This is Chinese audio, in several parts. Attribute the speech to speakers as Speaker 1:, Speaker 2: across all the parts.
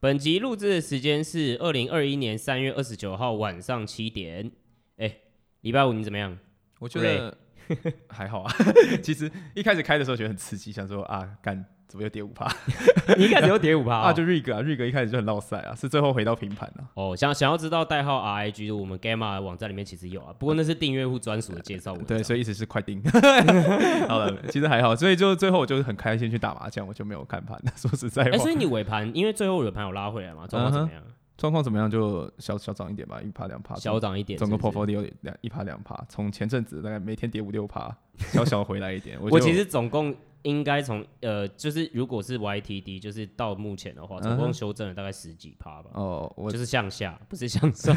Speaker 1: 本集录制的时间是二零二一年三月二十九号晚上七点。哎、礼拜五你怎么样？
Speaker 2: 我觉得 还好啊。其实一开始开的时候觉得很刺激，想说啊，干怎么又跌五趴
Speaker 1: 你一开始又跌五 趴
Speaker 2: 啊？就 Rig 啊，Rig 一开始就很落赛啊，是最后回到平盘啊。
Speaker 1: 哦，想想要知道代号 RIG 的，我们 Gamma 的网站里面其实有啊，不过那是订阅户专属的介绍文章。
Speaker 2: 对，所以一直是快 定。好了，其实还好，所以就最后我就是很开心去打麻将，我就没有看盘。 说实在
Speaker 1: 哎、
Speaker 2: 话
Speaker 1: 所，以你尾盘，因为最后尾盘有拉回来
Speaker 2: 嗯
Speaker 1: 嘛，状况怎么样？
Speaker 2: 状况怎么样就小小涨一点吧，一趴两趴。
Speaker 1: 小涨一点
Speaker 2: 整个
Speaker 1: 是不是
Speaker 2: portfolio 有两一趴两趴，从前阵子大概每天跌五六 趴，小小回来一点。我
Speaker 1: 我
Speaker 2: 就
Speaker 1: 其实总共应该从呃，就是如果是 YTD，就是到目前的话，总
Speaker 2: 嗯
Speaker 1: 共
Speaker 2: 哼
Speaker 1: 修正了大概十几趴吧。
Speaker 2: 哦，我
Speaker 1: 就是向下，不是向 上。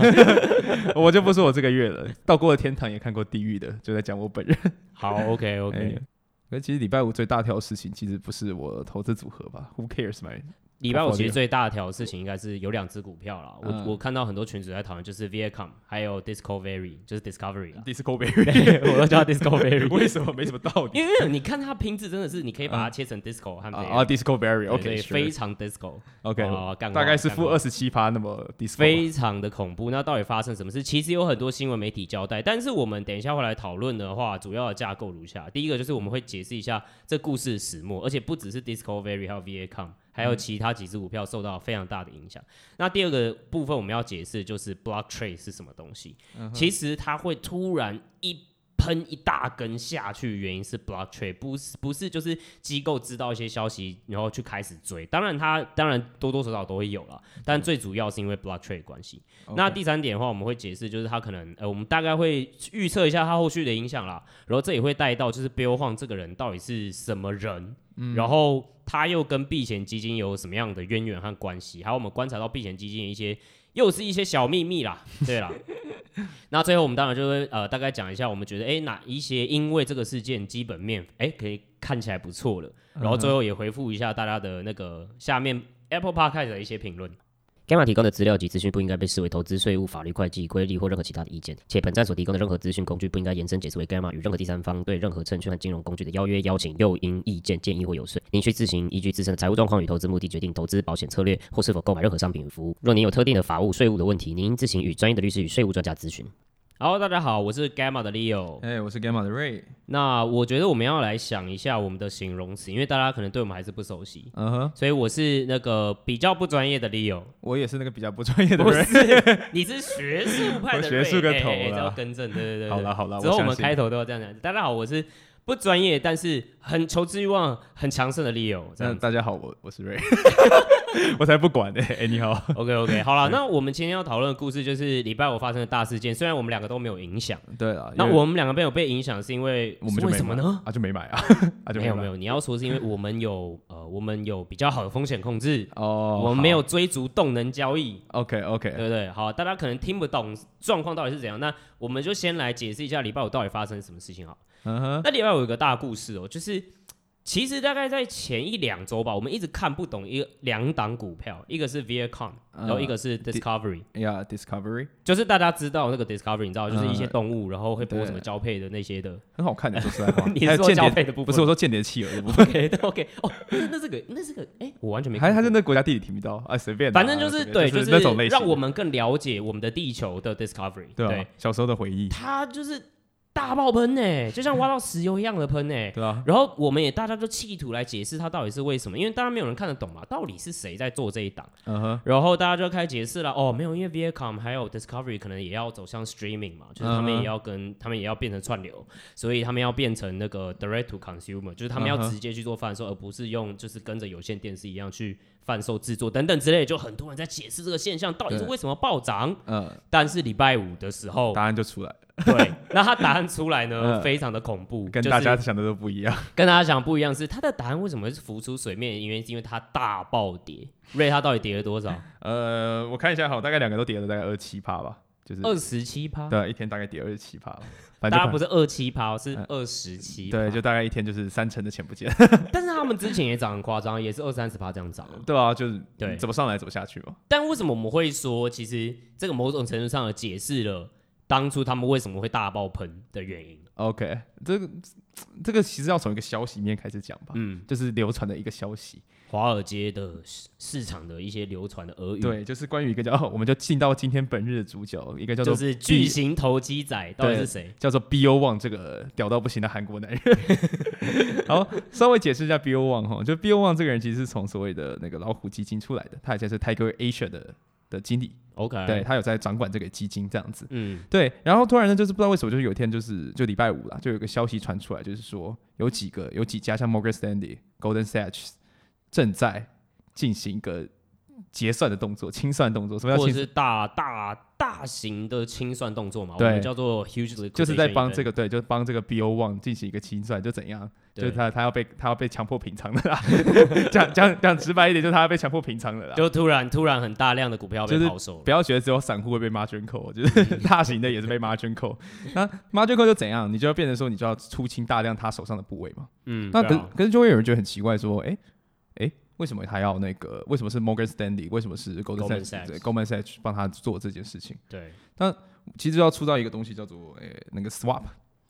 Speaker 2: 我就不说我这个月了，到过了天堂也看过地狱的，就在讲我本人。
Speaker 1: 好，OK OK，、
Speaker 2: 哎可是其实礼拜五最大条的事情，其实不是我投资组合吧？Who cares my？
Speaker 1: 礼拜五其
Speaker 2: portfolio
Speaker 1: 实最大条的事情应该是有两只股票啦，我、
Speaker 2: 啊嗯，
Speaker 1: 我看到很多群主在讨论，就是 Viacom 还有 Discovery，就是 Discovery 啦
Speaker 2: Discovery，
Speaker 1: 对我都叫它 Discovery，
Speaker 2: 为什么没什么道理？
Speaker 1: 因为你看它拼字真的是，你可以把它切成 Disco 和
Speaker 2: 嗯啊啊
Speaker 1: Disco，
Speaker 2: ，Discovery，OK，
Speaker 1: 非常 Disco，
Speaker 2: OK，
Speaker 1: 哦干
Speaker 2: 大
Speaker 1: 话
Speaker 2: 概是
Speaker 1: 干
Speaker 2: 负
Speaker 1: 话
Speaker 2: 二十七趴，那么 Disco
Speaker 1: 非常的恐怖。那到底发生什么事？其实有很多新闻媒体交代，但是我们等一下会来讨论的话，主要的架构如下：第一个就是我们会解释一下这故事的始末，而且不只是 Discovery 还有 VAcom，还有其他几只股票受到非常大的影响。那第二个部分我们要解释就是 Block Trade 是什么东西。其实它会突然一。喷一大根下去，原因是 block trade，不是不是就是机构知道一些消息，然后去开始追。当然它当然多多少少都会有了，但最主要是因为 block trade 的关系。那第三点的话，我们会解释，就是它可能呃，我们大概会预测一下它后续的影响啦。然后这也会带到就是 Bill Huang 这个人到底是什么人，然后他又跟避险基金有什么样的渊源和关系，还有我们观察到避险基金的一些又是一些小秘密啦，对啦。 那最后我们当然就会呃大概讲一下，我们觉得诶哪一些因为这个事件基本面诶可以看起来不错了，然
Speaker 3: 嗯
Speaker 1: 后最后也回复一下大家的那个下面 Apple Park 开始的一些评论。
Speaker 3: Gamma 提供的资料及资讯不应该被视为投资、税务、法律、会计、规例或任何其他的意见，且本站所提供的任何资讯工具不应该延伸解释为 Gamma 与任何第三方对任何证券和金融工具的邀约、邀请、诱因、意见、建议或游说。您需自行依据自身的财务状况与投资目的决定投资、保险策略或是否购买任何商品与服务。若您有特定的法务、税务的问题，您应自行与专业的律师与税务专家咨询。
Speaker 1: 好，大家好，我是 Gamma 的 Leo。
Speaker 2: 哎，我是 Gamma 的 Ray，
Speaker 1: 那我觉得我们要来想一下我们的形容词，因为大家可能对我们还是不熟悉，
Speaker 2: 嗯哼，
Speaker 1: 所以我是那个比较不专业的 Leo，
Speaker 2: 我也是那个比较 不专业的
Speaker 1: 不
Speaker 2: Ray。
Speaker 1: 是，你是学术派的 Ray，
Speaker 2: 我学术个头
Speaker 1: 哎哎哎
Speaker 2: 啦
Speaker 1: 要更正，对对对。
Speaker 2: 好
Speaker 1: 了
Speaker 2: 了，好了，
Speaker 1: 之后我
Speaker 2: 相
Speaker 1: 们
Speaker 2: 信
Speaker 1: 开头都要这样讲。大家好，我是不专业，但是很求知欲望很强盛的 Leo，这
Speaker 2: 那
Speaker 1: 样子。
Speaker 2: 大家好，我我是 Ray，我 才不管呢、哎、你好，
Speaker 1: OK OK，好了，
Speaker 2: 嗯
Speaker 1: 那我们今天要讨论的故事就是礼拜五发生的大事件，虽然我们两个都没有影响，
Speaker 2: 哎对了
Speaker 1: 那我们两个没有被影响是因为
Speaker 2: 我们就
Speaker 1: 为
Speaker 2: 没
Speaker 1: 什么
Speaker 2: 买
Speaker 1: 呢？
Speaker 2: 啊，就没买啊， 啊就
Speaker 1: 没
Speaker 2: 没
Speaker 1: 有没
Speaker 2: 买
Speaker 1: 有，你要说是因为我们有呃，我们有比较好的风险控制，
Speaker 2: 哦，哎
Speaker 1: 我们没有追逐动能交易，
Speaker 2: OK
Speaker 1: 对
Speaker 2: OK，
Speaker 1: 不对？好，大家可能听不懂状况到底是怎样，那我们就先来解释一下礼拜五到底发生什么事情好了。
Speaker 2: 嗯哼，
Speaker 1: 那礼拜五有一个大故事哦，就是其实大概在前一两周吧，我们一直看不懂一个两档股票，一个是 Viacom，然
Speaker 2: 嗯
Speaker 1: 后一个
Speaker 2: 呃
Speaker 1: 是 Discovery。
Speaker 2: 呀、yeah,，Discovery
Speaker 1: 就是大家知道那个 Discovery，你知道，就是一些
Speaker 2: 嗯
Speaker 1: 动物，然后会播
Speaker 2: 对
Speaker 1: 什么交配的那些的。
Speaker 2: 很好看的，说实在话
Speaker 1: ，你
Speaker 2: 还
Speaker 1: 是
Speaker 2: 有
Speaker 1: 说
Speaker 2: 间
Speaker 1: 交
Speaker 2: 谍，
Speaker 1: 配的部分？
Speaker 2: 不是我说间谍企鹅的部分，
Speaker 1: OK 对 OK 哦，那那这个那这个哎、我完全没看
Speaker 2: 还
Speaker 1: 过，
Speaker 2: 还是那国家地理频道啊，随便啊、
Speaker 1: 反正就是
Speaker 2: 随便
Speaker 1: 对，
Speaker 2: 就是那种类型的，
Speaker 1: 让我们更了解我们的地球的 discovery
Speaker 2: 对,、
Speaker 1: 对、
Speaker 2: 啊、小时候的回忆，
Speaker 1: 它就是大爆喷呢、就像挖到石油一样的喷呢、
Speaker 2: 对啊，
Speaker 1: 然后我们也大家都企图来解释它到底是为什么，因为当然没有人看得懂嘛，到底是谁在做这一档？
Speaker 2: 嗯哼，
Speaker 1: 然后大家就开始解释了，哦，没有，因为 Viacom 还有 Discovery 可能也要走向 streaming 嘛，就是他们
Speaker 2: 嗯哼
Speaker 1: 也要跟、他们也要变成串流，所以他们要变成那个 direct to consumer，就是他们要
Speaker 2: 嗯哼
Speaker 1: 直接去做贩售，而不是用就是跟着有线电视一样去贩售制作等等之类的，就很多人在解释这个现象到底是
Speaker 2: 对
Speaker 1: 为什么暴涨。
Speaker 2: 嗯，
Speaker 1: 但是礼拜五的时候，
Speaker 2: 答案就出来了，
Speaker 1: 对，那他答案出来呢，
Speaker 2: 嗯
Speaker 1: 非常的恐怖，
Speaker 2: 跟
Speaker 1: 就是
Speaker 2: 大家想的都不一样，
Speaker 1: 跟大家讲不一样是，他的答案为什么是浮出水面？因为因为它大暴跌，瑞它到底跌了多 少？
Speaker 2: 呃，我看一下好，大概两个都跌了大概二七趴吧，就是。
Speaker 1: 二十七趴。
Speaker 2: 对，啊一天大概跌二十七趴，反正
Speaker 1: 大家
Speaker 2: 就
Speaker 1: 不是二七趴，是
Speaker 2: 嗯
Speaker 1: 二十七。
Speaker 2: 对，就大概一天就是三成的钱不见，
Speaker 1: 但是他们之前也涨很夸张，也是二三十趴这样涨。
Speaker 2: 对啊，就是
Speaker 1: 对
Speaker 2: 怎么上来怎么下去嘛。
Speaker 1: 但为什么我们会说，其实这个某种程度上的解释了当初他们为什么会大爆喷的原因？
Speaker 2: OK，这个这个其实要从一个消息面开始讲吧，
Speaker 1: 嗯，
Speaker 2: 就是流传的一个消息，
Speaker 1: 华尔街的市市场的一些流传的俄语，，
Speaker 2: 对，就是关于一个叫，哦我们就进到今天本日的主角，一个叫做
Speaker 1: 就是巨型投机仔到底是谁？
Speaker 2: 叫做 BO One 这个屌到不行的韩国男人。 好，稍微解释一下 BO One 哈，就 BO One 这个人其实是从所谓的那个老虎基金出来的，他以前是 Tiger Asia 的的经理，
Speaker 1: OK，
Speaker 2: 对，他有在掌管这个基金这样子。
Speaker 1: 嗯，
Speaker 2: 对，然后突然呢，就是不知道为什么，就是有一天就是就礼拜五啦，就有一个消息传出来，就是说有几个有几家像 Morgan Stanley、Golden Sachs 正在进行一个结算的动作、清算动作，什么叫
Speaker 1: 或者
Speaker 2: 清算？
Speaker 1: 是大大大型的清算动作嘛，我
Speaker 2: 对
Speaker 1: 们叫做 huge liquidation
Speaker 2: 就是在帮这
Speaker 1: 个
Speaker 2: 个对，就是帮这个 BO One 进行一个清算，就怎样？就是他他要被他要被强迫平仓的啦， 讲讲讲直白一点，就是他要被强迫平仓的啦。
Speaker 1: 就突然突然很大量的股票被
Speaker 2: 就是
Speaker 1: 抛售了，
Speaker 2: 不要觉得只有散户会被 margin call，就是哦 大型的也是被 margin call。那 margin call 就怎样？你就要变成说，你就要出清大量他手上的部位嘛。
Speaker 1: 嗯，
Speaker 2: 那
Speaker 1: 对
Speaker 2: 可
Speaker 1: 啊
Speaker 2: 可是就会有人觉得很奇怪，说，哎、哎、为什么他要那个？为什么是 Morgan Stanley？为什么是 Goldman
Speaker 1: Goldman
Speaker 2: Sachs？
Speaker 1: Sachs
Speaker 2: 对 Goldman Sachs 帮他做这件事情？
Speaker 1: 对
Speaker 2: 其实要出到一个东西叫做，哎、那个 swap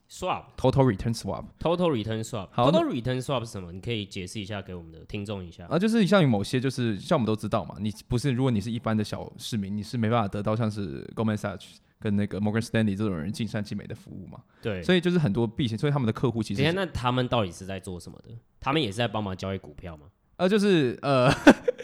Speaker 1: swap
Speaker 2: total return swap，
Speaker 1: total return swap
Speaker 2: 好
Speaker 1: total return swap 是什么？你可以解释一下给我们的听众一下。
Speaker 2: 啊，就是像有某些就是像我们都知道嘛，你不是如果你是一般的小市民，你是没办法得到像是 Goldman Sachs 跟那个 Morgan Stanley 这种人尽善尽美的服务嘛。
Speaker 1: 对，
Speaker 2: 所以就是很多避险，所以他们的客户其
Speaker 1: 等一下
Speaker 2: 实
Speaker 1: 那他们到底是在做什么的？他们也是在帮忙交易股票吗？
Speaker 2: 呃就是呃，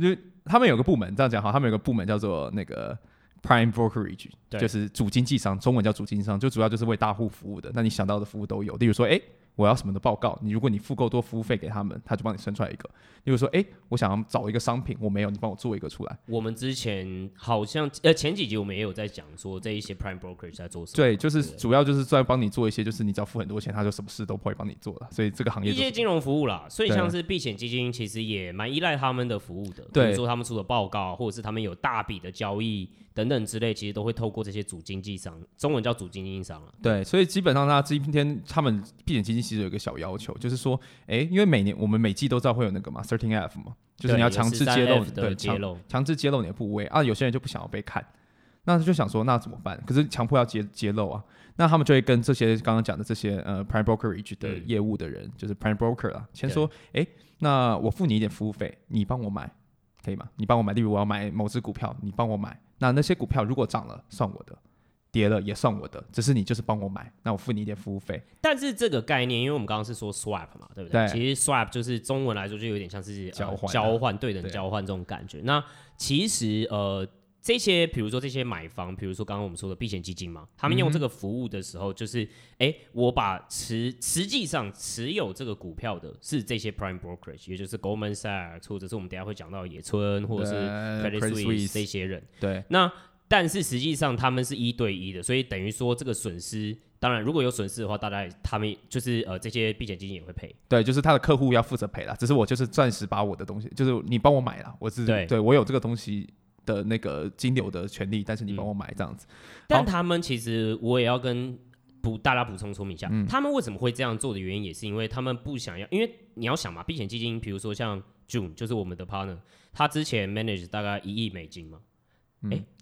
Speaker 2: 就他们有个部门这样讲好，他们有个部门叫做那个 Prime Brokerage，
Speaker 1: 对
Speaker 2: 就是主经纪商，中文叫主经纪商，就主要就是为大户服务的。那你想到的服务都有，例如说，哎、我要什么的报告，你如果你付够多服务费给他们，他就帮你生出来一个。例如说，哎、我想要找一个商品，我没有，你帮我做一个出来。
Speaker 1: 我们之前好像呃前几集我们也有在讲说这一些 prime brokerage 在做什么，
Speaker 2: 对，就是
Speaker 1: 对
Speaker 2: 主要就是在帮你做一些，就是你只要付很多钱，他就什么事都不会帮你做了。所以这个行业
Speaker 1: 一
Speaker 2: 就
Speaker 1: 些
Speaker 2: 是
Speaker 1: 金融服务啦，所以
Speaker 2: 对
Speaker 1: 像是避险基金其实也蛮依赖他们的服务的，
Speaker 2: 对
Speaker 1: 比如说他们出的报告，啊或者是他们有大笔的交易等等之类，其实都会透过这些主经纪商，中文叫主经纪商了，啊
Speaker 2: 对，所以基本上他今天他们避险基金其实有一个小要求，就是说，哎，因为每年我们每季都知道会有那个嘛，thirteen F 嘛，就是你要
Speaker 1: 对
Speaker 2: 强制揭
Speaker 1: 有
Speaker 2: 露
Speaker 1: 13F
Speaker 2: 你，
Speaker 1: 的
Speaker 2: 对，
Speaker 1: 揭
Speaker 2: 强
Speaker 1: 露，
Speaker 2: 强制揭露你的部位啊，有些人就不想要被看，那就想说那怎么办？可是强迫要揭揭露啊，那他们就会跟这些刚刚讲的这些呃 prime brokerage 的
Speaker 1: 嗯
Speaker 2: 业务的人，就是 prime broker 啊，先说，哎，那我付你一点服务费，你帮我买，可以吗？你帮我买，例如我要买某只股票，你帮我买，那那些股票如果涨了算我的，跌了也算我的，只是你就是帮我买，那我付你一点服务费，
Speaker 1: 但是这个概念，因为我们刚刚是说 swap 嘛，对不
Speaker 2: 对
Speaker 1: 其实 swap 就是中文来说就有点像是、呃、
Speaker 2: 交换啊
Speaker 1: 交换对等
Speaker 2: 对
Speaker 1: 交换这种感觉。那其实呃。这些，比如说这些买方，比如说刚刚我们说的避险基金嘛，他们
Speaker 2: 嗯
Speaker 1: 用这个服务的时候，就是，哎、我把持实际上持有这个股票的是这些 prime brokerage，也就是 Goldman Sachs，或者是我们等一下会讲到野村，或者是
Speaker 2: 呃
Speaker 1: Credit
Speaker 2: Credit
Speaker 1: Suisse
Speaker 2: Suisse
Speaker 1: 这些人。
Speaker 2: 对
Speaker 1: 那但是实际上他们是一对一的，所以等于说这个损失，当然如果有损失的话，大家也他们就是呃这些避险基金也会赔。
Speaker 2: 对，就是他的客户要负责赔啦，只是我就是暂时把我的东西，就是你帮我买啦，我是
Speaker 1: 对
Speaker 2: 我有这个东西的那个金流的权利，但是你
Speaker 1: 嗯
Speaker 2: 帮我买这样子。
Speaker 1: 但他们其实我也要跟补大家补充说明一下，他们为什么会这样做的原因，也是因为他们不想要，因为你要想嘛，避险基金，比如说像 June 就是我们的 partner，他之前 manage 大概一亿美金嘛，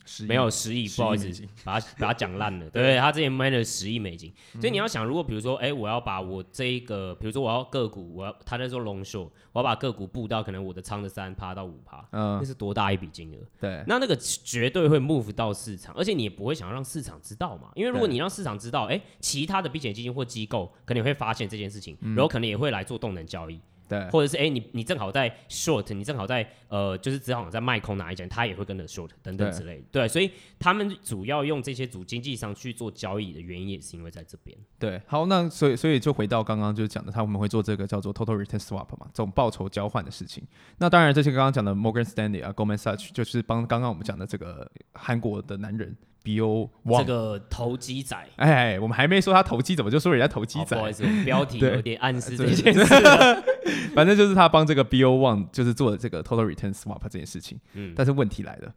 Speaker 2: 是
Speaker 1: 没有十亿，
Speaker 2: 嗯十亿
Speaker 1: 不好意
Speaker 2: 美
Speaker 1: 思
Speaker 2: 金，
Speaker 1: 把它把它讲烂了。对，他之前卖了十亿美金，所以你要想，如果比如说，哎，我要把我这一个，比如说我要个股，我要他在说龙秀，我要把个股布到可能我的仓的三趴到五趴，
Speaker 2: 嗯哎
Speaker 1: 那，是多大一笔金额？
Speaker 2: 对
Speaker 1: 那那个绝对会 move 到市场，而且你也不会想要让市场知道嘛，因为如果
Speaker 2: 对
Speaker 1: 你让市场知道，哎，其他的避险基金或机构可能也会发现这件事情，然后可能也会来做动能交易，
Speaker 2: 对
Speaker 1: 或者是哎、你你正好在 short，你正好在呃，就是只好在卖空哪一间，他也会跟着 short 等等
Speaker 2: 对
Speaker 1: 之类的。对，所以他们主要用这些主经济商去做交易的原因，也是因为在这边。
Speaker 2: 对。好，那所以所以就回到刚刚就是讲的，他们会做这个叫做 total return swap 嘛，这种报酬交换的事情。那当然，这些刚刚讲的 Morgan Stanley 啊，Goldman Sachs 就是帮刚刚我们讲的这个韩国的男人 BO
Speaker 1: 这
Speaker 2: 王。
Speaker 1: 个投机仔，哦
Speaker 2: 哎，我们还没说他投机，怎么就说人家投机
Speaker 1: 好不
Speaker 2: 仔？
Speaker 1: 好意思，我标题
Speaker 2: 对
Speaker 1: 有点暗示这
Speaker 2: 对
Speaker 1: 件事了。
Speaker 2: 反正就是他帮这个 BO One 就是做了这个 total return swap 这件事情。
Speaker 1: 嗯，
Speaker 2: 但是问题来了，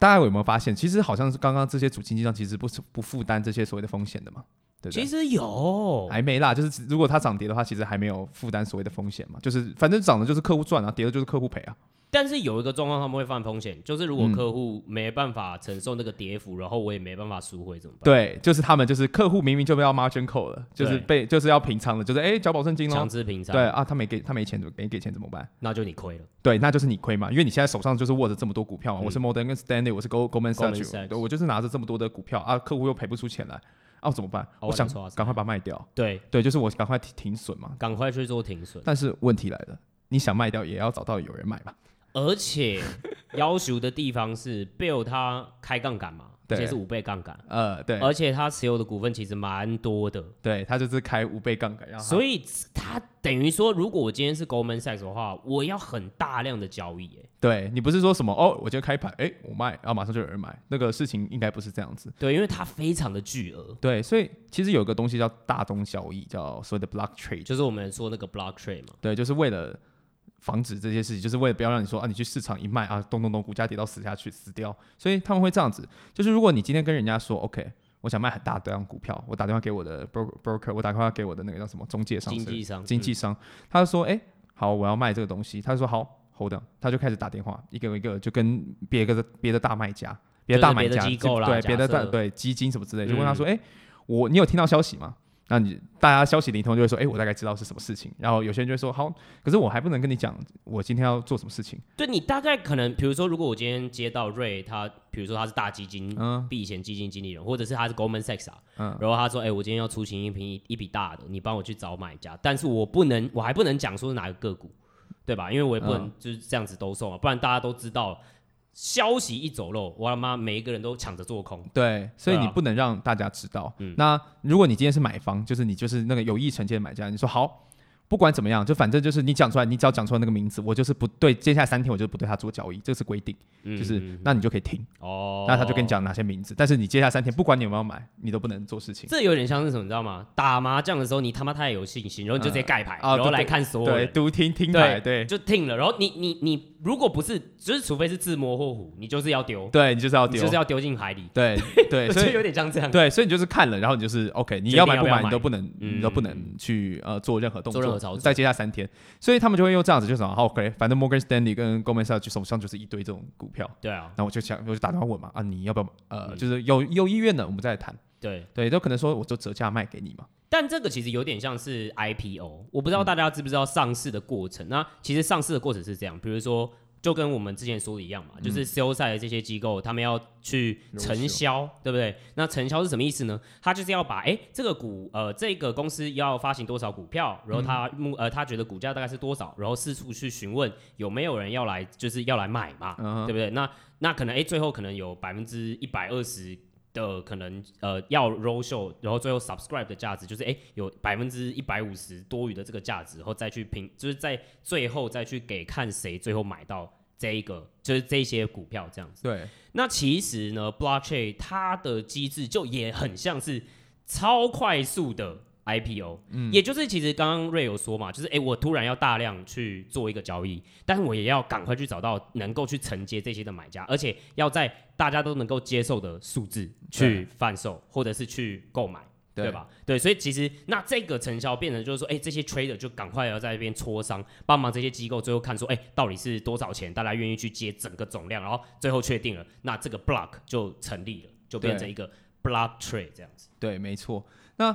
Speaker 2: 大家有没有发现，其实好像是刚刚这些主经纪商其实不是不负担这些所谓的风险的嘛？对不对？
Speaker 1: 其实有，
Speaker 2: 还没啦，就是如果它涨跌的话，其实还没有负担所谓的风险嘛，就是反正涨的就是客户赚啊，跌的就是客户赔啊。
Speaker 1: 但是有一个状况，他们会犯风险，就是如果
Speaker 2: 嗯
Speaker 1: 客户没办法承受那个跌幅，然后我也没办法赎回，怎么办？
Speaker 2: 对，就是他们就是客户明明就被要 margin call 了，就是
Speaker 1: 对
Speaker 2: 被就是要平仓了，就是哎缴保证金喽
Speaker 1: 强，制平仓，
Speaker 2: 对，啊，他没给他没钱怎么没给钱怎么办？
Speaker 1: 那就你亏了。
Speaker 2: 对，那就是你亏嘛，因为你现在手上就是握着这么多股票嘛，
Speaker 1: 嗯
Speaker 2: 我是 Morgan 跟 Stanley，我是 Gold- Goldman
Speaker 1: Goldman
Speaker 2: Sachs，
Speaker 1: Sachs
Speaker 2: 对我就是拿着这么多的股票啊，客户又赔不出钱来，啊我怎么办？
Speaker 1: 哦
Speaker 2: 我想
Speaker 1: 我懂我懂
Speaker 2: 赶快把它卖掉，
Speaker 1: 对，
Speaker 2: 对，就是我赶快停停损嘛。
Speaker 1: 赶快去做停损，
Speaker 2: 但是问题来了，你想卖掉也要找到有人买吧？
Speaker 1: 而且要求的地方是 Bill 他开杠杆嘛，而
Speaker 2: 对
Speaker 1: 且是五倍杠杆，
Speaker 2: 呃，对，
Speaker 1: 而且他持有的股份其实蛮多的，
Speaker 2: 对他就是开五倍杠杆，然后他
Speaker 1: 所以他等于说，如果我今天是 Goldman Sachs 的话，我要很大量的交易、欸，
Speaker 2: 对你不是说什么哦，我就开盘，哎，我卖，然后马上就有人买，那个事情应该不是这样子。
Speaker 1: 对，因为它非常的巨额，
Speaker 2: 对，所以其实有个东西叫大宗交易，叫所谓的 block trade，
Speaker 1: 就是我们说那个 block trade 嘛，
Speaker 2: 对，就是为了防止这些事情，就是为了不要让你说啊，你去市场一卖啊，咚咚咚，股价跌到死下去，死掉。所以他们会这样子，就是如果你今天跟人家说，OK，我想卖很大的量股票，我打电话给我的 broker broker，我打电话给我的那个叫什么中介商
Speaker 1: 经
Speaker 2: 是不是
Speaker 1: 济商，
Speaker 2: 经纪商，他就说，哎、好，我要卖这个东西，他就说好，hold on，他就开始打电话，一个一个就跟别个的别的大卖家，别的大卖
Speaker 1: 就是
Speaker 2: 家，
Speaker 1: 别的机构啦
Speaker 2: 对，
Speaker 1: 假
Speaker 2: 别的大
Speaker 1: 设
Speaker 2: 对基金什么之类，就问
Speaker 1: 嗯
Speaker 2: 他说，哎、我你有听到消息吗？那你大家消息灵通就会说，哎、我大概知道是什么事情。然后有些人就会说，好，可是我还不能跟你讲我今天要做什么事情。
Speaker 1: 对你大概可能，比如说，如果我今天接到瑞他，比如说他是大基金，
Speaker 2: 嗯
Speaker 1: 避险基金经理人，或者是他是 Goldman Sachs 啊，
Speaker 2: 嗯
Speaker 1: 然后他说，哎、我今天要出行一批一笔大的，你帮我去找买家，但是我不能，我还不能讲说是哪个个股，对吧？因为我也不能
Speaker 2: 嗯
Speaker 1: 就是这样子兜售嘛，不然大家都知道，消息一走漏，我他妈每一个人都抢着做空，
Speaker 2: 对，所以
Speaker 1: 对啊
Speaker 2: 你不能让大家知道。
Speaker 1: 嗯
Speaker 2: 那如果你今天是买方，就是你就是那个有意承接的买家，你说好，不管怎么样，就反正就是你讲出来，你只要讲出来那个名字，我就是不对，接下来三天我就是不对他做交易，这是规定，
Speaker 1: 嗯
Speaker 2: 就是、
Speaker 1: 嗯
Speaker 2: 那你就可以停，
Speaker 1: 哦，
Speaker 2: 那他就跟你。讲哪些名字，但是你接下来三天，不管你有没有买，你都不能做事情。
Speaker 1: 这有点像是什么，你知道吗？打麻将的时候，你他妈太有信心，然后你就直接盖牌，
Speaker 2: 嗯啊
Speaker 1: 然后
Speaker 2: 对
Speaker 1: 来看所有
Speaker 2: 对，
Speaker 1: 人。
Speaker 2: 独听听
Speaker 1: 对
Speaker 2: 牌，对，
Speaker 1: 就听了。然后你你你，如果不是，就是除非是自摸或虎，你就是要丢，
Speaker 2: 对你就是要
Speaker 1: 你
Speaker 2: 丢，
Speaker 1: 就是要丢进海里。
Speaker 2: 对对，所
Speaker 1: 就
Speaker 2: 以
Speaker 1: 有点像这样，
Speaker 2: 对，所以你就是看了，然后你就是 OK，你
Speaker 1: 决
Speaker 2: 要
Speaker 1: 定
Speaker 2: 买
Speaker 1: 要
Speaker 2: 不
Speaker 1: 不要
Speaker 2: 买你
Speaker 1: 买
Speaker 2: 都不能，你都不
Speaker 1: 嗯
Speaker 2: 能去呃做任何动
Speaker 1: 做
Speaker 2: 作，
Speaker 1: 任何操作
Speaker 2: 再接下来三天，所以他们就会用这样子，就是好 OK，反正 Morgan Stanley 跟 Goldman Sachs 手上就是一堆这种股票，
Speaker 1: 对啊，
Speaker 2: 然后我就想我就打电话问嘛，啊你要不要买呃
Speaker 1: 嗯
Speaker 2: 就是有有意愿的我们再来谈，
Speaker 1: 对。
Speaker 2: 对，都可能说我就折价卖给你嘛，
Speaker 1: 但这个其实有点像是 IPO，我不知道大家知不知道上市的过程。那其实上市的过程是这样，比如说。就跟我们之前说的一样嘛，就是休赛的这些机构，他们要去承销，对不对？那承销是什么意思呢？他就是要把哎、诶这个股呃这个公司要发行多少股票，然后他目、呃他觉得股价大概是多少，然后四处去询问有没有人要来，就是要来买嘛，
Speaker 2: 嗯哼
Speaker 1: 对不对？那那可能哎、诶最后可能有百分之一百二十的可能呃要 roll show，然后最后 subscribe 的价值就是诶有百分之一百五十多余的这个价值，然后再去评，就是在最后再去给看谁最后买到这一个，就是这些股票这样子。
Speaker 2: 对，
Speaker 1: 那其实呢，blockchain 它的机制就也很像是超快速的 IPO，、也
Speaker 2: 嗯
Speaker 1: 就是其实刚刚瑞有说嘛，就是诶我突然要大量去做一个交易，但是我也要赶快去找到能够去承接这些的买家，而且要在大家都能够接受的数字去
Speaker 2: 对
Speaker 1: 贩售或者是去购买。
Speaker 2: 对
Speaker 1: 对吧？对，所以其实那这个成效变成就是说，哎、这些 trader 就赶快要在那边磋商，帮忙这些机构最后看说，哎、到底是多少钱，大家愿意去接整个总量，然后最后确定了，那这个 block 就成立了，就变成一个 block trade 这样子。
Speaker 2: 对，没错，那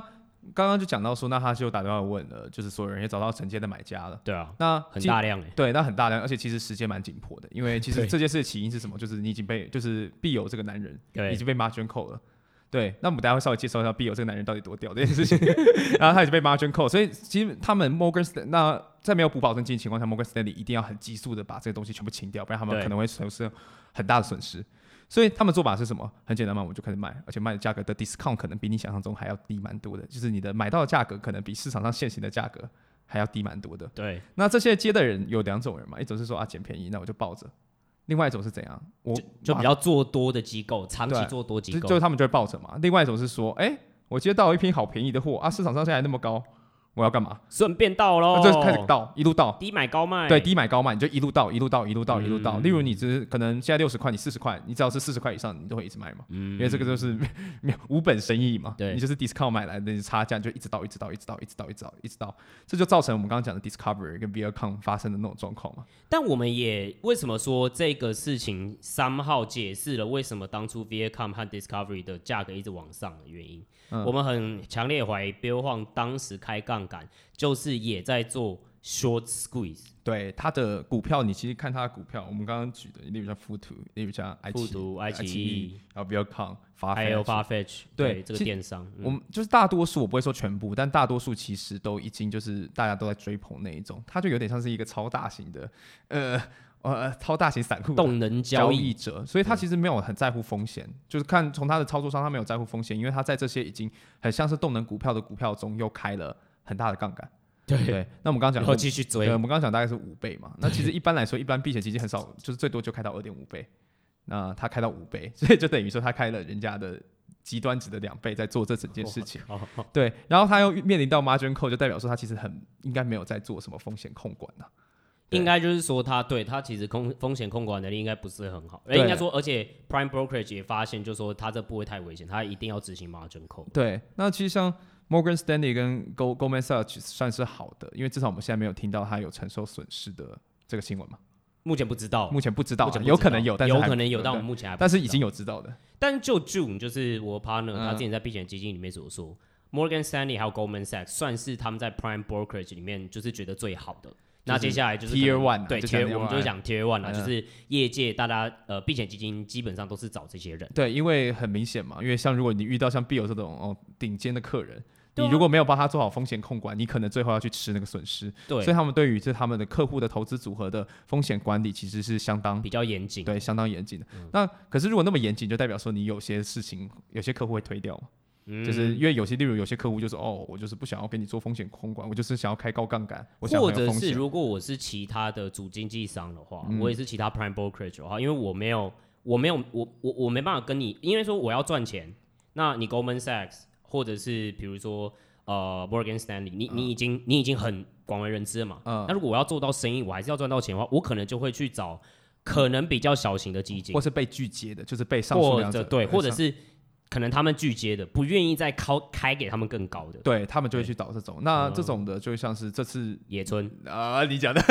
Speaker 2: 刚刚就讲到说，那他就打电话问了，就是所有人也找到承接的买家了，
Speaker 1: 对啊，
Speaker 2: 那
Speaker 1: 很
Speaker 2: 基
Speaker 1: 大量哎、
Speaker 2: 对，那很大量，而且其实时间蛮紧迫的，因为其实
Speaker 1: 对
Speaker 2: 这件事的起因是什么？就是你已经被，就是必有这个男人
Speaker 1: 对
Speaker 2: 已经被 margin call 了。对，那我们等一下会稍微介绍一下必有这个男人到底多屌这件 事情。然后他已经被 margin call，所以其实他们 Morgan Stanley 那在没有补保证金的情况下，Morgan Stanley 一定要很急速的把这个东西全部清掉，不然他们
Speaker 1: 对
Speaker 2: 可能会损失很大的损失。所以他们做法是什么？很简单嘛，我就开始卖，而且卖的价格的 discount 可能比你想象中还要低蛮多的，就是你的买到的价格可能比市场上现行的价格还要低蛮多的。
Speaker 1: 对，
Speaker 2: 那这些接的人有两种人嘛，一种是说啊捡便宜，那我就抱着；另外一种是怎样，我
Speaker 1: 就比较做多的机构，长期
Speaker 2: 对
Speaker 1: 做多
Speaker 2: 就
Speaker 1: 机
Speaker 2: 就是
Speaker 1: 构，
Speaker 2: 他们就会抱着嘛；另外一种是说，哎、我接到一批好便宜的货啊，市场上现在还那么高，我要干嘛？
Speaker 1: 顺便到喽，
Speaker 2: 那就开始倒，一路倒，
Speaker 1: 低买高卖，
Speaker 2: 对，低买高卖，你就一路倒，一路倒，一路倒，一路倒。
Speaker 1: 哎嗯
Speaker 2: 例如你只是可能现在六十块，你四十块，你只要是四十块以上，你都会一直买嘛，
Speaker 1: 嗯
Speaker 2: 因为这个就是 无本生意嘛，
Speaker 1: 对
Speaker 2: 你就是 discount 买来的，你差价你就一直倒，一直倒，一直倒，一直倒，一直倒，一直倒，这就造成我们刚刚讲的 Discovery 跟 Viacom 发生的那种状况嘛。
Speaker 1: 但我们也为什么说这个事情三号解释了为什么当初 Viacom 和 Discovery 的价格一直往上的原因？
Speaker 2: 嗯
Speaker 1: 我们很强烈怀疑 Bill Huang 当时开杠杆，就是也在做 short squeeze
Speaker 2: 对它的股票，你其实看它的股票，我们刚刚举的，例如像富途，例如像爱
Speaker 1: 复
Speaker 2: 奇艺，
Speaker 1: 读、爱
Speaker 2: 爱
Speaker 1: 奇
Speaker 2: 艺
Speaker 1: 艺，，
Speaker 2: 然后 Viacom、发
Speaker 1: 还有 Farfetch，
Speaker 2: 对
Speaker 1: 这个
Speaker 2: 其
Speaker 1: 电商，嗯
Speaker 2: 我们就是大多数，我不会说全部，但大多数其实都已经就是大家都在追捧那一种，它就有点像是一个超大型的，呃呃，超大型散户
Speaker 1: 动能
Speaker 2: 交
Speaker 1: 交易，嗯
Speaker 2: 易者，所以他其实没有很在乎风险，就是看从他的操作上，他没有在乎风险，因为他在这些已经很像是动能股票的股票中又开了很大的杠杆。
Speaker 1: 对，
Speaker 2: 对，那我们刚刚
Speaker 1: 然
Speaker 2: 讲
Speaker 1: 后
Speaker 2: 过。
Speaker 1: 继续追
Speaker 2: 对，我，们刚刚讲大概是五倍嘛，那其实一般来说，一般避险基金很少，就是最多就开到二点五倍，那他开到五倍，所以就等于说他开了人家的极端值的两倍，在做这整件事情。
Speaker 1: 哦，
Speaker 2: 对，然后他又面临到 margin call，就代表说他其实很应该没有在做什么风险控管啊呐、对
Speaker 1: 应该就是说他对他其实控风险控管能力应该不是很好，哎，
Speaker 2: 对
Speaker 1: 应该说，而且 Prime Brokerage 也发现，就是说他这不会太危险，他一定要执行 margin call。
Speaker 2: 对，那其实像 Morgan Stanley 跟 Go Goldman Sachs 算是好的，因为至少我们现在没有听到他有承受损失的这个新闻嘛。
Speaker 1: 目前不知道，
Speaker 2: 目前不知道
Speaker 1: 目
Speaker 2: 啊，
Speaker 1: 前不知道
Speaker 2: 有可能有，但是
Speaker 1: 有
Speaker 2: 还
Speaker 1: 可能有，但我们
Speaker 2: 对
Speaker 1: 目前还不
Speaker 2: 但是已
Speaker 1: 知道
Speaker 2: 经有知道的。
Speaker 1: 但就 June 就是我 partner，、
Speaker 2: 嗯
Speaker 1: 他之前在避险基金里面所说，Morgan Stanley 还有 Goldman Sachs 算是他们在 Prime Brokerage 里面就是觉得最好的。那接下来就是可
Speaker 2: Tier
Speaker 1: 能
Speaker 2: one 啊
Speaker 1: 对
Speaker 2: 就讲
Speaker 1: Tier，
Speaker 2: Tier
Speaker 1: 我们就是
Speaker 2: one
Speaker 1: 讲 Tier One 啊，
Speaker 2: 嗯
Speaker 1: 就是业界大家呃避险基金基本上都是找这些人。
Speaker 2: 对，因为很明显嘛，因为像如果你遇到像 Bill 这种哦顶尖的客人，
Speaker 1: 对啊
Speaker 2: 你如果没有帮他做好风险控管，你可能最后要去吃那个损失。所以
Speaker 1: 对，
Speaker 2: 他们对于这他们的客户的投资组合的风险管理其实是相当
Speaker 1: 比较严谨。嗯
Speaker 2: 对，相当严谨的。那可是如果那么严谨，就代表说你有些事情，有些客户会推掉嘛，
Speaker 1: 嗯，
Speaker 2: 就是因为有些，例如有些客户就是哦，我就是不想要跟你做风险控管，我就是想要开高杠杆，我想要
Speaker 1: 或
Speaker 2: 没有
Speaker 1: 者
Speaker 2: 风
Speaker 1: 是
Speaker 2: 险。嗯
Speaker 1: 如果我是其他的主经纪商的话，我也是其他 prime brokerage 的话，因为我没有，我没有，我我我没办法跟你，因为说我要赚钱，那你 Goldman Sachs 或者是比如说呃 Morgan Stanley，你你已经、你已经很广为人知了嘛，
Speaker 2: 嗯
Speaker 1: 那如果我要做到生意，我还是要赚到钱的话，我可能就会去找可能比较小型的基金
Speaker 2: 或，是被拒接的，就是被上述
Speaker 1: 或
Speaker 2: 两
Speaker 1: 者
Speaker 2: 者
Speaker 1: 对，或者
Speaker 2: 上
Speaker 1: 是可能他们拒接的，不愿意再开开给他们更高的
Speaker 2: 对他们就会去找这种。那
Speaker 1: 嗯
Speaker 2: 这种的就像是这次
Speaker 1: 野村，
Speaker 2: 啊、你 讲的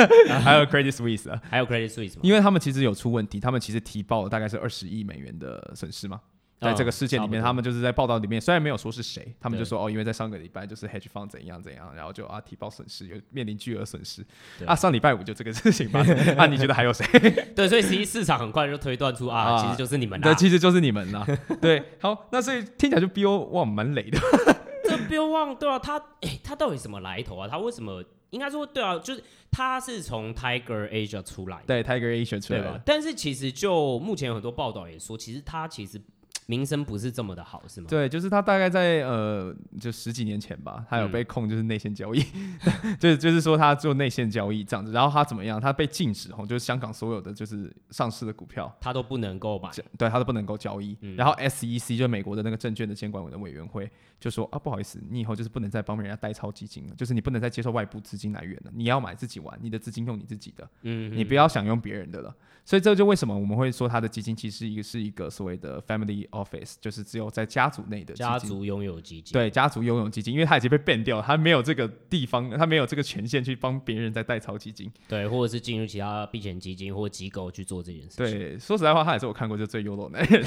Speaker 2: 还有 Credit Suisse 啊，
Speaker 1: 还有 Credit Suisse 嘛，
Speaker 2: 因为他们其实有出问题，他们其实提报了大概是二十亿美元的损失嘛。在这个事件里
Speaker 1: 嗯
Speaker 2: 面，他们就是在报道里面，虽然没有说是谁，他们就
Speaker 1: 对
Speaker 2: 说哦，因为在上个礼拜就是 hedge fund 怎样怎样，然后就啊提报损失，有面临巨额损失
Speaker 1: 对
Speaker 2: 啊。上礼拜五就这个事情发生，啊， 你觉得还有谁？
Speaker 1: 对，所以实际市场很快就推断出啊，
Speaker 2: 啊
Speaker 1: 其实就是你 们啦、
Speaker 2: 那其实就是你们啦。对，好，那所以听起来就 BO 哇蛮雷的。
Speaker 1: 这不要忘，对啊，他哎、他到底什么来头啊？他为什么应该说对啊，就是他是从 Tiger Asia 出来的，
Speaker 2: 对，Tiger Asian 出来
Speaker 1: 对吧
Speaker 2: 了？。
Speaker 1: 但是其实就目前有很多报道也说，其实他其实名声不是这么的好，是吗？
Speaker 2: 对，就是他大概在呃，就十几年前吧，他有
Speaker 1: 嗯
Speaker 2: 被控就是内线交易， 就是就是说他做内线交易这样子，然后他怎么样？他被禁止哦，就是香港所有的就是上市的股票，
Speaker 1: 他都不能够买，
Speaker 2: 这对他都不能够交易。
Speaker 1: 嗯
Speaker 2: 然后 SEC 就美国的那个证券的监管委的委员会就说啊，不好意思，你以后就是不能再帮人家代操基金了，就是你不能再接受外部资金来源了，你要买自己玩，你的资金用你自己的，
Speaker 1: 嗯，
Speaker 2: 你不要想用别人的了。所以这就为什么我们会说他的基金其实一个是一个所谓的 family office，就是只有在家族内的基金
Speaker 1: 家族拥有基金，，
Speaker 2: 对家族拥有基金，因为他已经被变掉了，他没有这个地方，他没有这个权限去帮别人在代操 基金。
Speaker 1: 对，或者是进入其他避险基金或机构去做这件事 情。
Speaker 2: 对，说实在话，他也是我看过就最优柔的 男人。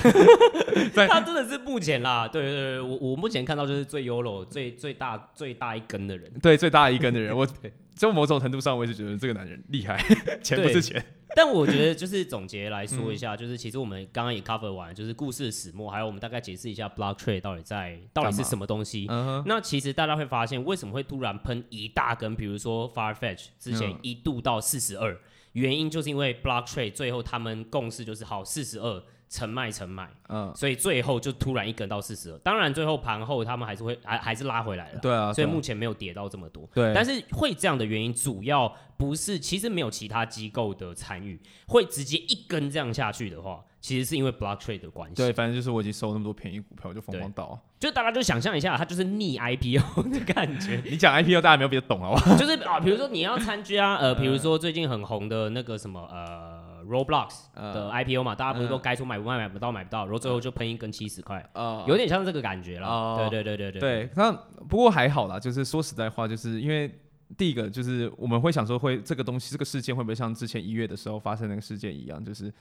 Speaker 1: 他真的是目前啦，对对对，我我目前看到就是最 YOLO 最最大最大一根的人，
Speaker 2: 对最大一根的人，我就某种程度上，我也是觉得这个男人厉害， 钱不
Speaker 1: 对
Speaker 2: 是钱，
Speaker 1: 但我觉得就是总结来说
Speaker 2: 嗯
Speaker 1: 一下，就是其实我们刚刚也 cover 完，就是故事的始末，还有我们大概解释一下 block trade 到底在到底是什么东西。
Speaker 2: 嗯
Speaker 1: 那其实大家会发现，为什么会突然喷一大根？比如说 Farfetch 之前
Speaker 2: 嗯
Speaker 1: 一度到四十二，原因就是因为 block trade 最后他们共识就是好四十二。成卖成卖，
Speaker 2: 嗯，
Speaker 1: 所以最后就突然一根到四十二。当然，最后盘后他们还是会还还是拉回来了，
Speaker 2: 对啊，
Speaker 1: 所以
Speaker 2: 对啊
Speaker 1: 目前没有跌到这么多。
Speaker 2: 对，
Speaker 1: 但
Speaker 2: 是
Speaker 1: 是会这样的原因，主要不是其实没有其他机构的参与，会直接一根这样下去的话，其实是因为 block trade 的关系。
Speaker 2: 对，，反正就是我已经收那么多便宜股票，我就疯狂倒啊。
Speaker 1: 就大家就想象一下，它就是逆 IPO 的感 觉，
Speaker 2: 你讲 IPO 大家没有别的懂好不 好？
Speaker 1: 就是啊，比如说你要参加呃，
Speaker 2: 嗯
Speaker 1: 比如说最近很红的那个什么呃 Roblox
Speaker 2: 嗯
Speaker 1: 的 IPO 嘛，大家不是都该说买不卖买不到买不到，然后最后就喷一根七十块，
Speaker 2: 啊
Speaker 1: 有点像这个感觉啦。
Speaker 2: 哦
Speaker 1: 对对哦对对对，
Speaker 2: 对，那不过还好啦，就是说实在话，就是因为第一个就是我们会想说会这个东西这个事件会不会像之前一月的时候发生那个事件一样，就是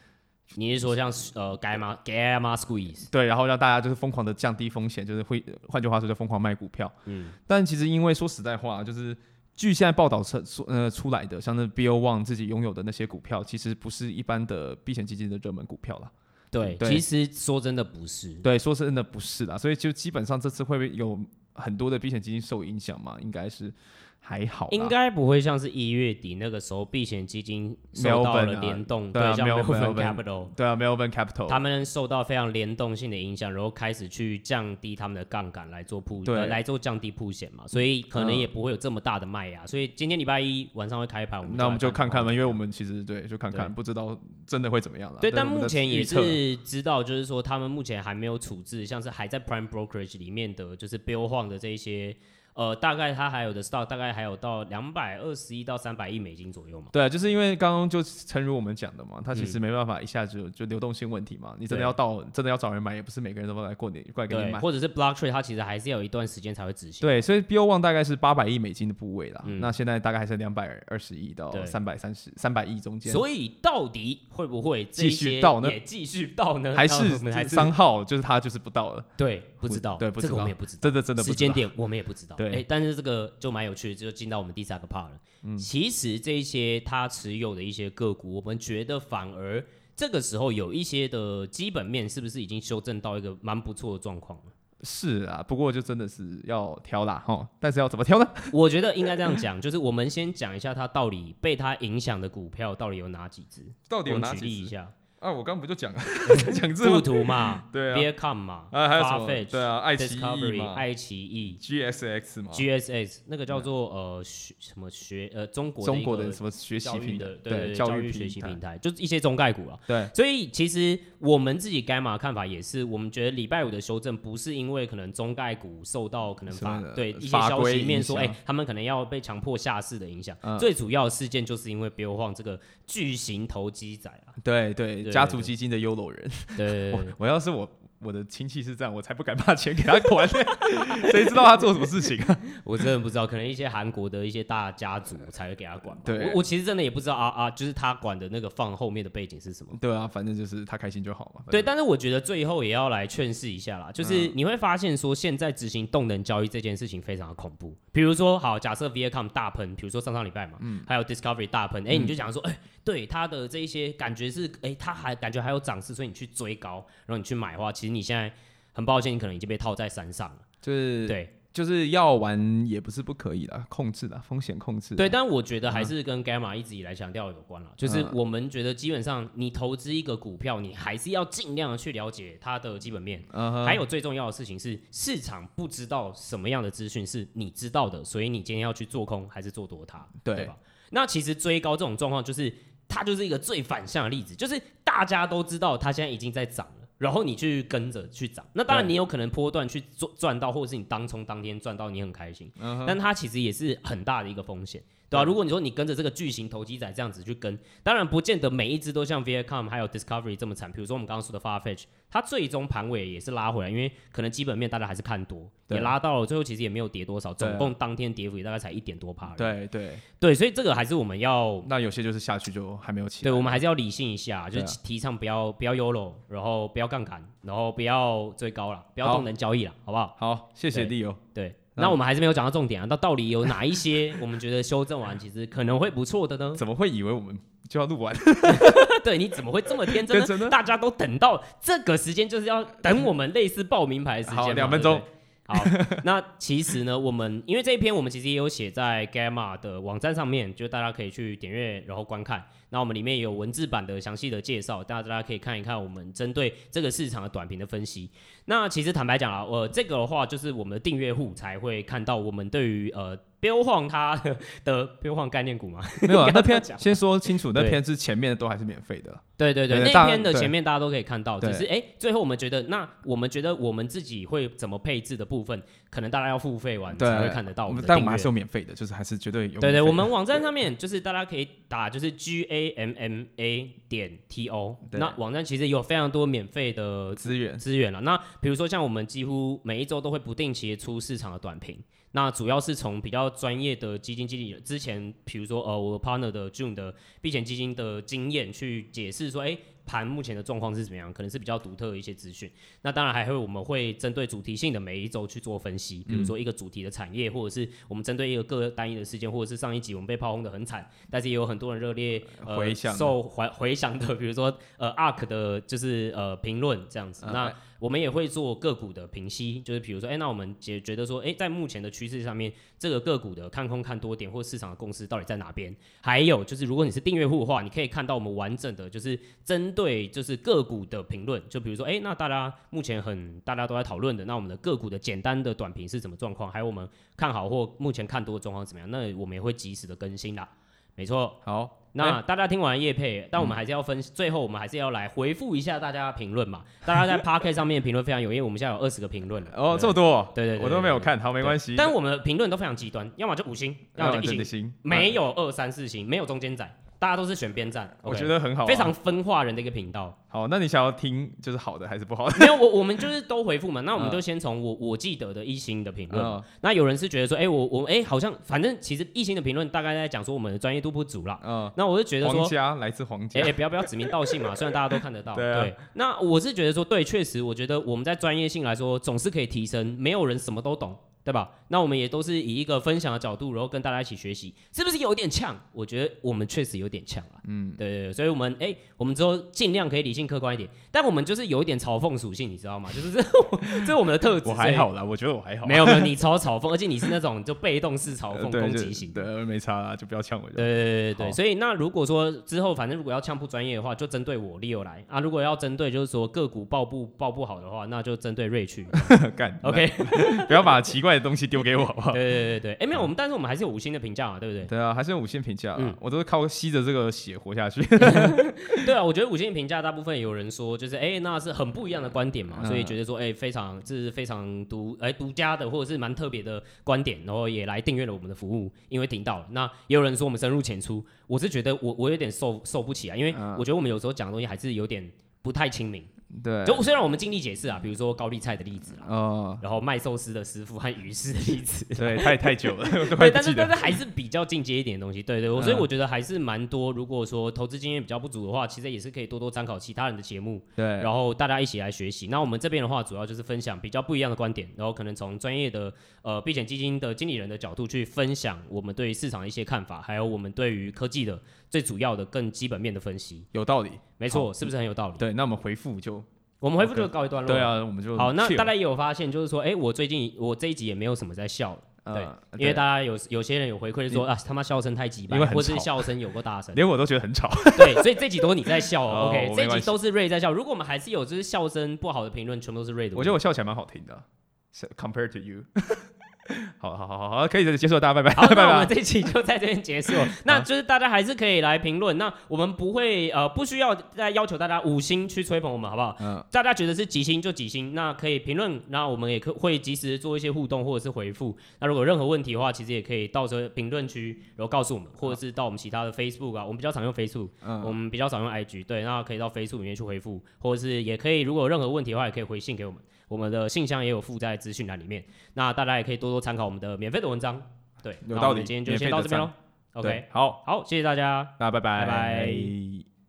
Speaker 1: 你是说像呃 gamma gamma squeeze？
Speaker 2: 对，然后让大家就是疯狂的降低风险，就是会换句话说就疯狂卖股票。
Speaker 1: 嗯，
Speaker 2: 但其实因为说实在话，就是据现在报道出出呃出来的，像是 BO One 自己拥有的那些股票，其实不是一般的避险基金的热门股票啦。
Speaker 1: 嗯对，
Speaker 2: 对
Speaker 1: 其实说真的不是。
Speaker 2: 对，说真的不是啦，所以就基本上这次会不会有很多的避险基金受影响嘛？应该是还好啦，
Speaker 1: 应该不会像是一月底那个时候，避险基金受到
Speaker 2: Melbourne
Speaker 1: 了
Speaker 2: 啊
Speaker 1: 联动，
Speaker 2: 对啊
Speaker 1: 像
Speaker 2: Melbourne，
Speaker 1: Melbourne
Speaker 2: Melbourne
Speaker 1: Capital，
Speaker 2: 对啊，Melbourne Capital
Speaker 1: 他们受到非常联动性的影响，然后开始去降低他们的杠杆来做铺，
Speaker 2: 对
Speaker 1: 呃来做降低铺险嘛，所以可能
Speaker 2: 嗯
Speaker 1: 也不会有这么大的卖压。所以今天礼拜一晚上会开盘，
Speaker 2: 那我们就
Speaker 1: 来
Speaker 2: 看看
Speaker 1: 看
Speaker 2: 吧，因为我们其实对就看看，
Speaker 1: 对
Speaker 2: 不知道真的会怎么样了。
Speaker 1: 对，
Speaker 2: 对，
Speaker 1: 但
Speaker 2: 我们
Speaker 1: 目
Speaker 2: 的
Speaker 1: 前也
Speaker 2: 预测
Speaker 1: 是知道，就是说他们目前还没有处置，像是还在 Prime Brokerage 里面的，就是 Bill Huang 的这一些，呃，大概它还有的 stock 大概还有到两百二十一到三百亿美金左右嘛。
Speaker 2: 对啊，就是因为刚刚就诚如我们讲的嘛，它其实没办法一下就就流动性问题嘛，你真
Speaker 1: 嗯对
Speaker 2: 的要到真的要找人买，也不是每个人都来过年过来给你
Speaker 1: 对，
Speaker 2: 买。
Speaker 1: 或者是 Block Trade，它其实还是要有一段时间才会执行。
Speaker 2: 对，所以 BO One 大概是八百亿美金的部位啦，
Speaker 1: 嗯
Speaker 2: 那现在大概还剩两百二十亿到
Speaker 1: 对
Speaker 2: 三百三十三百亿中间，
Speaker 1: 所以到底会不会这
Speaker 2: 继
Speaker 1: 一
Speaker 2: 续
Speaker 1: 些
Speaker 2: 到呢
Speaker 1: 也继续到呢？
Speaker 2: 还
Speaker 1: 我
Speaker 2: 是
Speaker 1: 哦 们还是
Speaker 2: 三号就是它就是不到了，
Speaker 1: 对，不知道，
Speaker 2: 对不知
Speaker 1: 这个我
Speaker 2: 道
Speaker 1: 们也不知道，
Speaker 2: 真的真的不
Speaker 1: 时
Speaker 2: 知
Speaker 1: 间
Speaker 2: 道。
Speaker 1: 点我们也不知道。
Speaker 2: 对
Speaker 1: 哎，但是这个就蛮有趣的，就进到我们第三个 part 了。
Speaker 2: 嗯
Speaker 1: 其实这一些他持有的一些个股，我们觉得反而这个时候有一些的基本面是不是已经修正到一个蛮不错的状况了？
Speaker 2: 是啊，不过就真的是要挑啦哈，但是要怎 么挑呢？
Speaker 1: 我觉得应该这样 讲，就是我们先讲一下它到底被它影响的股票到底有哪几只，
Speaker 2: 到底有
Speaker 1: 我
Speaker 2: 哪
Speaker 1: 们举例
Speaker 2: 几
Speaker 1: 一
Speaker 2: 只？
Speaker 1: 下，
Speaker 2: 啊，我刚不就讲了， 讲这
Speaker 1: 富
Speaker 2: 么
Speaker 1: 途嘛
Speaker 2: 对啊
Speaker 1: ，Bearcom 嘛，
Speaker 2: 啊，还有什么？
Speaker 1: Farfetch
Speaker 2: 对啊，爱奇艺
Speaker 1: Discovery、
Speaker 2: 嘛啊
Speaker 1: 爱奇艺、
Speaker 2: ，GSX 嘛，
Speaker 1: GSS 那个叫做呃学什么学呃中国
Speaker 2: 啊中国的
Speaker 1: 一个
Speaker 2: 什么学习
Speaker 1: 教育
Speaker 2: 平台
Speaker 1: 的，对对
Speaker 2: 教
Speaker 1: 教
Speaker 2: 育
Speaker 1: 育
Speaker 2: 平
Speaker 1: 学习
Speaker 2: 台
Speaker 1: 平，台，就是一些中概股了。啊
Speaker 2: 对
Speaker 1: 所以其实我们自己该马的看法也是，我们觉得礼拜五的修正不是因为可能中概股受到可能
Speaker 2: 什
Speaker 1: 法
Speaker 2: 么的
Speaker 1: 对一些
Speaker 2: 法
Speaker 1: 消
Speaker 2: 规
Speaker 1: 息
Speaker 2: 影
Speaker 1: 面说，
Speaker 2: 响
Speaker 1: 哎、他们可能要被强迫下市的影响。
Speaker 2: 嗯
Speaker 1: 最主要的事件就是因为 Bill Huang 这个巨型投机仔 啊，
Speaker 2: 对对，
Speaker 1: 对
Speaker 2: 家族基金的优柔人，
Speaker 1: 对对对
Speaker 2: 我我要是我。我的亲戚是这样，我才不敢把钱给他管， 谁知道他做什么事情啊？
Speaker 1: 我真的不知道，可能一些韩国的一些大家族才会给他管吧。
Speaker 2: 对
Speaker 1: 我我其实真的也不知道啊啊，就是他管的那个放后面的背景是什么。
Speaker 2: 对啊，反正就是他开心就好嘛。反
Speaker 1: 对，
Speaker 2: 正，
Speaker 1: 但是我觉得最后也要来劝示一下啦，
Speaker 2: 嗯
Speaker 1: 就是你会发现说，现在执行动能交易这件事情非常的恐怖。比如说，好，假设 Viacom 大喷，比如说上上礼拜嘛，
Speaker 2: 嗯
Speaker 1: 还有 Discovery 大喷，哎、你就想说，哎、对它的这一些感觉是，哎、它还感觉还有涨势，所以你去追高，然后你去买的话，其实你现在很抱歉，你可能已经被套在山上了。
Speaker 2: 就是
Speaker 1: 对，
Speaker 2: 就是要玩也不是不可以啦，控制啦，风险控制。
Speaker 1: 对，，但我觉得还是跟 Gamma 一直以来强调有关了，就是我们觉得基本上你投资一个股票，你还是要尽量的去了解它的基本面。还有最重要的事情是，市场不知道什么样的资讯是你知道的，所以你今天要去做空还是做多它，
Speaker 2: 对
Speaker 1: 对吧？那其实追高这种状况，就是它就是一个最反向的例子，就是大家都知道它现在已经在涨了。然后你去跟着去涨，那当然
Speaker 2: 对
Speaker 1: 你有可能波段去做赚到，或者是你当冲当天赚到，你很开心。但它其实也是很大的一个风险，
Speaker 2: 啊
Speaker 1: 对吧、啊如果你说你跟着这个巨型投机仔这样子去跟，当然不见得每一只都像 Viacom 还有 Discovery 这么惨。比如说我们刚刚说的 Farfetch，它最终盘尾也是拉回来，因为可能基本面大家还是看多，
Speaker 2: 对啊
Speaker 1: 也拉到了最后，其实也没有跌多少，
Speaker 2: 对啊
Speaker 1: 总共当天跌幅也大概才一点多趴。
Speaker 2: 对对，
Speaker 1: 对，所以这个还是我们要。
Speaker 2: 那有些就是下去就还没有起来。
Speaker 1: 对，我们还是要理性一下，就
Speaker 2: 对啊
Speaker 1: 是提倡不要不要 YOLO，然后不要杠杆，然后不要追高了，不要
Speaker 2: 好嗯
Speaker 1: 动能交易了，好不好？
Speaker 2: 好，谢谢
Speaker 1: 对
Speaker 2: 利友。
Speaker 1: 对，那我们还是没有讲到重点啊。那到底有哪一些我们觉得修正完其实可能会不错的呢？
Speaker 2: 怎么会以为我们就要录 完？
Speaker 1: 对，你怎么会这么天真呢？
Speaker 2: 天真呢
Speaker 1: 大家都等到这个时间，就是要等我们类似报名牌的时间
Speaker 2: 好
Speaker 1: 嘛。
Speaker 2: 两分
Speaker 1: 对不对。好，那其实呢，我们因为这一篇我们其实也有写在 Gamma 的网站上面，就大家可以去点阅然后观看。那我们里面也有文字版的详细的介绍，大家大家可以看一看我们针对这个市场的短评的分析。那其实坦白讲啊，呃，这个的话就是我们的订阅户才会看到我们对于呃。标晃它的标晃概念股嘛，
Speaker 2: 没有啊，那篇
Speaker 1: 你刚刚讲
Speaker 2: 先说清楚，那
Speaker 1: 对
Speaker 2: 篇是前面的都还是免费的，
Speaker 1: 对对对，
Speaker 2: 对
Speaker 1: 那
Speaker 2: 大
Speaker 1: 篇的
Speaker 2: 对
Speaker 1: 前面大家都可以看到，只
Speaker 2: 对
Speaker 1: 是哎、诶最后我们觉得，那我们觉得我们自己会怎么配置的部分，可能大家要付费完
Speaker 2: 对
Speaker 1: 才会看得到
Speaker 2: 我
Speaker 1: 我
Speaker 2: 们
Speaker 1: 们的
Speaker 2: 但我
Speaker 1: 订
Speaker 2: 们还
Speaker 1: 阅
Speaker 2: 是。有免费的，就是还是绝对有免费
Speaker 1: 对
Speaker 2: 的。
Speaker 1: 对，我们网站上面就是大家可以打就是 G A M M A 点 T O，
Speaker 2: 对
Speaker 1: 那网站其实有非常多免费的
Speaker 2: 资源
Speaker 1: 资源了。那比如说像我们几乎每一周都会不定期地出市场的短评，那主要是从比较专业的基金经理人之前，比如说呃我的 partner 的 June 的避险基金的经验去解释说，哎、盘目前的状况是怎么样，可能是比较独特的一些资讯。那当然还会，我们会针对主题性的每一周去做分析，比
Speaker 2: 嗯
Speaker 1: 如说一个主题的产业，或者是我们针对一个个单一的事件，或者是上一集我们被炮轰的很惨，但是也有很多人热烈、呃、
Speaker 2: 回响的啊
Speaker 1: 受回回响的，比如说呃 ARK 的，就是呃评论这样子。
Speaker 2: 啊
Speaker 1: 那我们也会做个股的评析，就是比如说，哎、那我们觉觉得说，哎、在目前的趋势上面，这个个股的看空、看多点或市场的共识到底在哪边？还有就是，如果你是订阅户的话，你可以看到我们完整的，就是针对就是个股的评论，就比如说，哎、那大家目前很大家都在讨论的，那我们的个股的简单的短评是什么状况？还有我们看好或目前看多的状况怎么样？那我们也会及时的更新啦。没错，
Speaker 2: 好，
Speaker 1: 那大家听完叶配，但我们还是要分，最后我们还是要来回复一下大家的评论嘛。
Speaker 2: 嗯
Speaker 1: 大家在 p a r k 上面的评论非常踊跃，我们现在有二十个评论了。
Speaker 2: 哦，这
Speaker 1: 对
Speaker 2: 么多，
Speaker 1: 对对对
Speaker 2: 我都没有看，好，没
Speaker 1: 对
Speaker 2: 关系。
Speaker 1: 但我们的评论都非常极端，要么就五星，要
Speaker 2: 那
Speaker 1: 么就一
Speaker 2: 真的
Speaker 1: 星，
Speaker 2: 行，
Speaker 1: 没
Speaker 2: 有，
Speaker 1: 有二三四星，没有中间站，大家都是选边站。
Speaker 2: 我
Speaker 1: OK
Speaker 2: 觉得很好啊，
Speaker 1: 非常分化人的一个频道。
Speaker 2: 好。那你想要听就是好的还是不好的？
Speaker 1: 没有我，我们就是都回复嘛。那我们就先从我我记得的一星的评论嘛。
Speaker 2: 嗯
Speaker 1: 那有人是觉得说，哎、我我哎、好像反正其实一星的评论大概在讲说我们的专业度不足啦。
Speaker 2: 嗯，
Speaker 1: 那我就觉得说
Speaker 2: 皇，家来自皇
Speaker 1: 哎、
Speaker 2: 家
Speaker 1: 欸，不要不要指名道姓嘛，虽然大家都看得到。
Speaker 2: 对啊
Speaker 1: 那我是觉得说，对，确实，我觉得我们在专业性来说，总是可以提升，没有人什么都懂，对吧？那我们也都是以一个分享的角度，然后跟大家一起学习，是不是有点呛？我觉得我们确实有点呛啊。嗯，对对对，所以我们哎、欸我们之后尽量可以理性客观一点，但我们就是有一点嘲讽属性，你知道吗？就是这这是我们的特质。
Speaker 2: 我还。好啦，我觉得我还好，啊
Speaker 1: 没有没有，你超嘲讽，而且你是那种就被动式嘲
Speaker 2: 呃
Speaker 1: 讽
Speaker 2: 对
Speaker 1: 攻
Speaker 2: 就
Speaker 1: 击型的，
Speaker 2: 对，没差啦，就不要呛我就好。
Speaker 1: 对对对对，
Speaker 2: 好
Speaker 1: 所以那如果说之后反正如果要呛不专业的话，就针对我 Leo 来啊；如果要针对就是说个股报不报不好的话，那就针对瑞去。
Speaker 2: 干
Speaker 1: OK，
Speaker 2: 不要把奇怪的东西丢给我，好不好
Speaker 1: 对？对对对，哎、没有我们，但是我们还是有五星的评价嘛，对不对？
Speaker 2: 对啊，还是用五线评价啦
Speaker 1: 嗯
Speaker 2: 我都是靠吸着这个血活下去。
Speaker 1: 对啊，我觉得五星的评价大部分有人说就是哎、那是很不一样的观点嘛，所以觉得说哎、非常这是非常独哎独家的或者是蛮特别的观点，然后也来订阅了我们的服务，因为听到了。那也有人说我们深入浅出，我是觉得我我有点受受不起啊，因为我觉得我们有时候讲的东西还是有点不太亲民。
Speaker 2: 对
Speaker 1: 就虽然我们尽力解释啊，比如说高丽菜的例子啦，
Speaker 2: 哦，
Speaker 1: 然后卖寿司的师傅和鱼师的例子，
Speaker 2: 对，太太久了， 我
Speaker 1: 对，
Speaker 2: 都还不
Speaker 1: 但
Speaker 2: 记
Speaker 1: 是
Speaker 2: 得
Speaker 1: 但。是还是比较进阶一点的东西，对对，我所以
Speaker 2: 嗯
Speaker 1: 我觉得还是蛮多。如果说投资经验比较不足的话，其实也是可以多多参考其他人的节目，
Speaker 2: 对，
Speaker 1: 然后大家一起来学习。那我们这边的话，主要就是分享比较不一样的观点，然后可能从专业的呃避险基金的经理人的角度去分享我们对于市场的一些看法，还有我们对于科技的最主要的更基本面的分析。
Speaker 2: 有道理。
Speaker 1: 没错，是不是很有道理？
Speaker 2: 对，那我们回复就
Speaker 1: 我们回复就
Speaker 2: OK
Speaker 1: 告一段落。
Speaker 2: 对。啊，我们就
Speaker 1: 好，那
Speaker 2: chill，
Speaker 1: 大家也有发现，就是说，哎、我最近我这一集也没有什么在笑了，
Speaker 2: 呃
Speaker 1: 因为大家有有些人有回馈说啊，他妈笑声太鸡巴
Speaker 2: 因为，很
Speaker 1: 或是
Speaker 2: 吵
Speaker 1: 笑声有过大声，
Speaker 2: 连我都觉得很吵。
Speaker 1: 对，所以这集都是你在笑、哦
Speaker 2: 哦
Speaker 1: o k
Speaker 2: 我
Speaker 1: 这
Speaker 2: 没
Speaker 1: 集
Speaker 2: 关系
Speaker 1: 都是瑞在笑。如果我们还是有就是笑声不好的评论，全部都是瑞的问题。
Speaker 2: 我觉得我笑起来蛮好听的是，compared to you 好。好好好好，可以接受，大家拜拜，
Speaker 1: 好，
Speaker 2: 拜
Speaker 1: 那我们
Speaker 2: 拜。
Speaker 1: 这期就在这边 结束。那就是大家还是可以来评论，那我们不会呃不需要再要求大家五星去吹捧我们，好不好？
Speaker 2: 嗯
Speaker 1: 大家觉得是几星就几星，那可以评论，那我们也可会及时做一些互动或者是回复。那如果有任何问题的话，其实也可以到时候评论区然后告诉我们，或者是到我们其他的 Facebook 啊，我们比较常用 Facebook，、我
Speaker 2: 嗯，
Speaker 1: 们比较少用 IG，对，那可以到 Facebook 里面去回复，或者是也可以，如果有任何问题的话，也可以回信给我们，我们的信箱也有附在资讯栏里面。那大家也可以多多参考我们的免费的文章，对，
Speaker 2: 有
Speaker 1: 那
Speaker 2: 道
Speaker 1: 我们
Speaker 2: 理
Speaker 1: 今天就
Speaker 2: 免
Speaker 1: 先
Speaker 2: 费
Speaker 1: 到
Speaker 2: 的
Speaker 1: 这边喽
Speaker 2: 赞
Speaker 1: ，OK，
Speaker 2: 对好，
Speaker 1: 好，谢谢大家。
Speaker 2: 大家拜
Speaker 1: 拜拜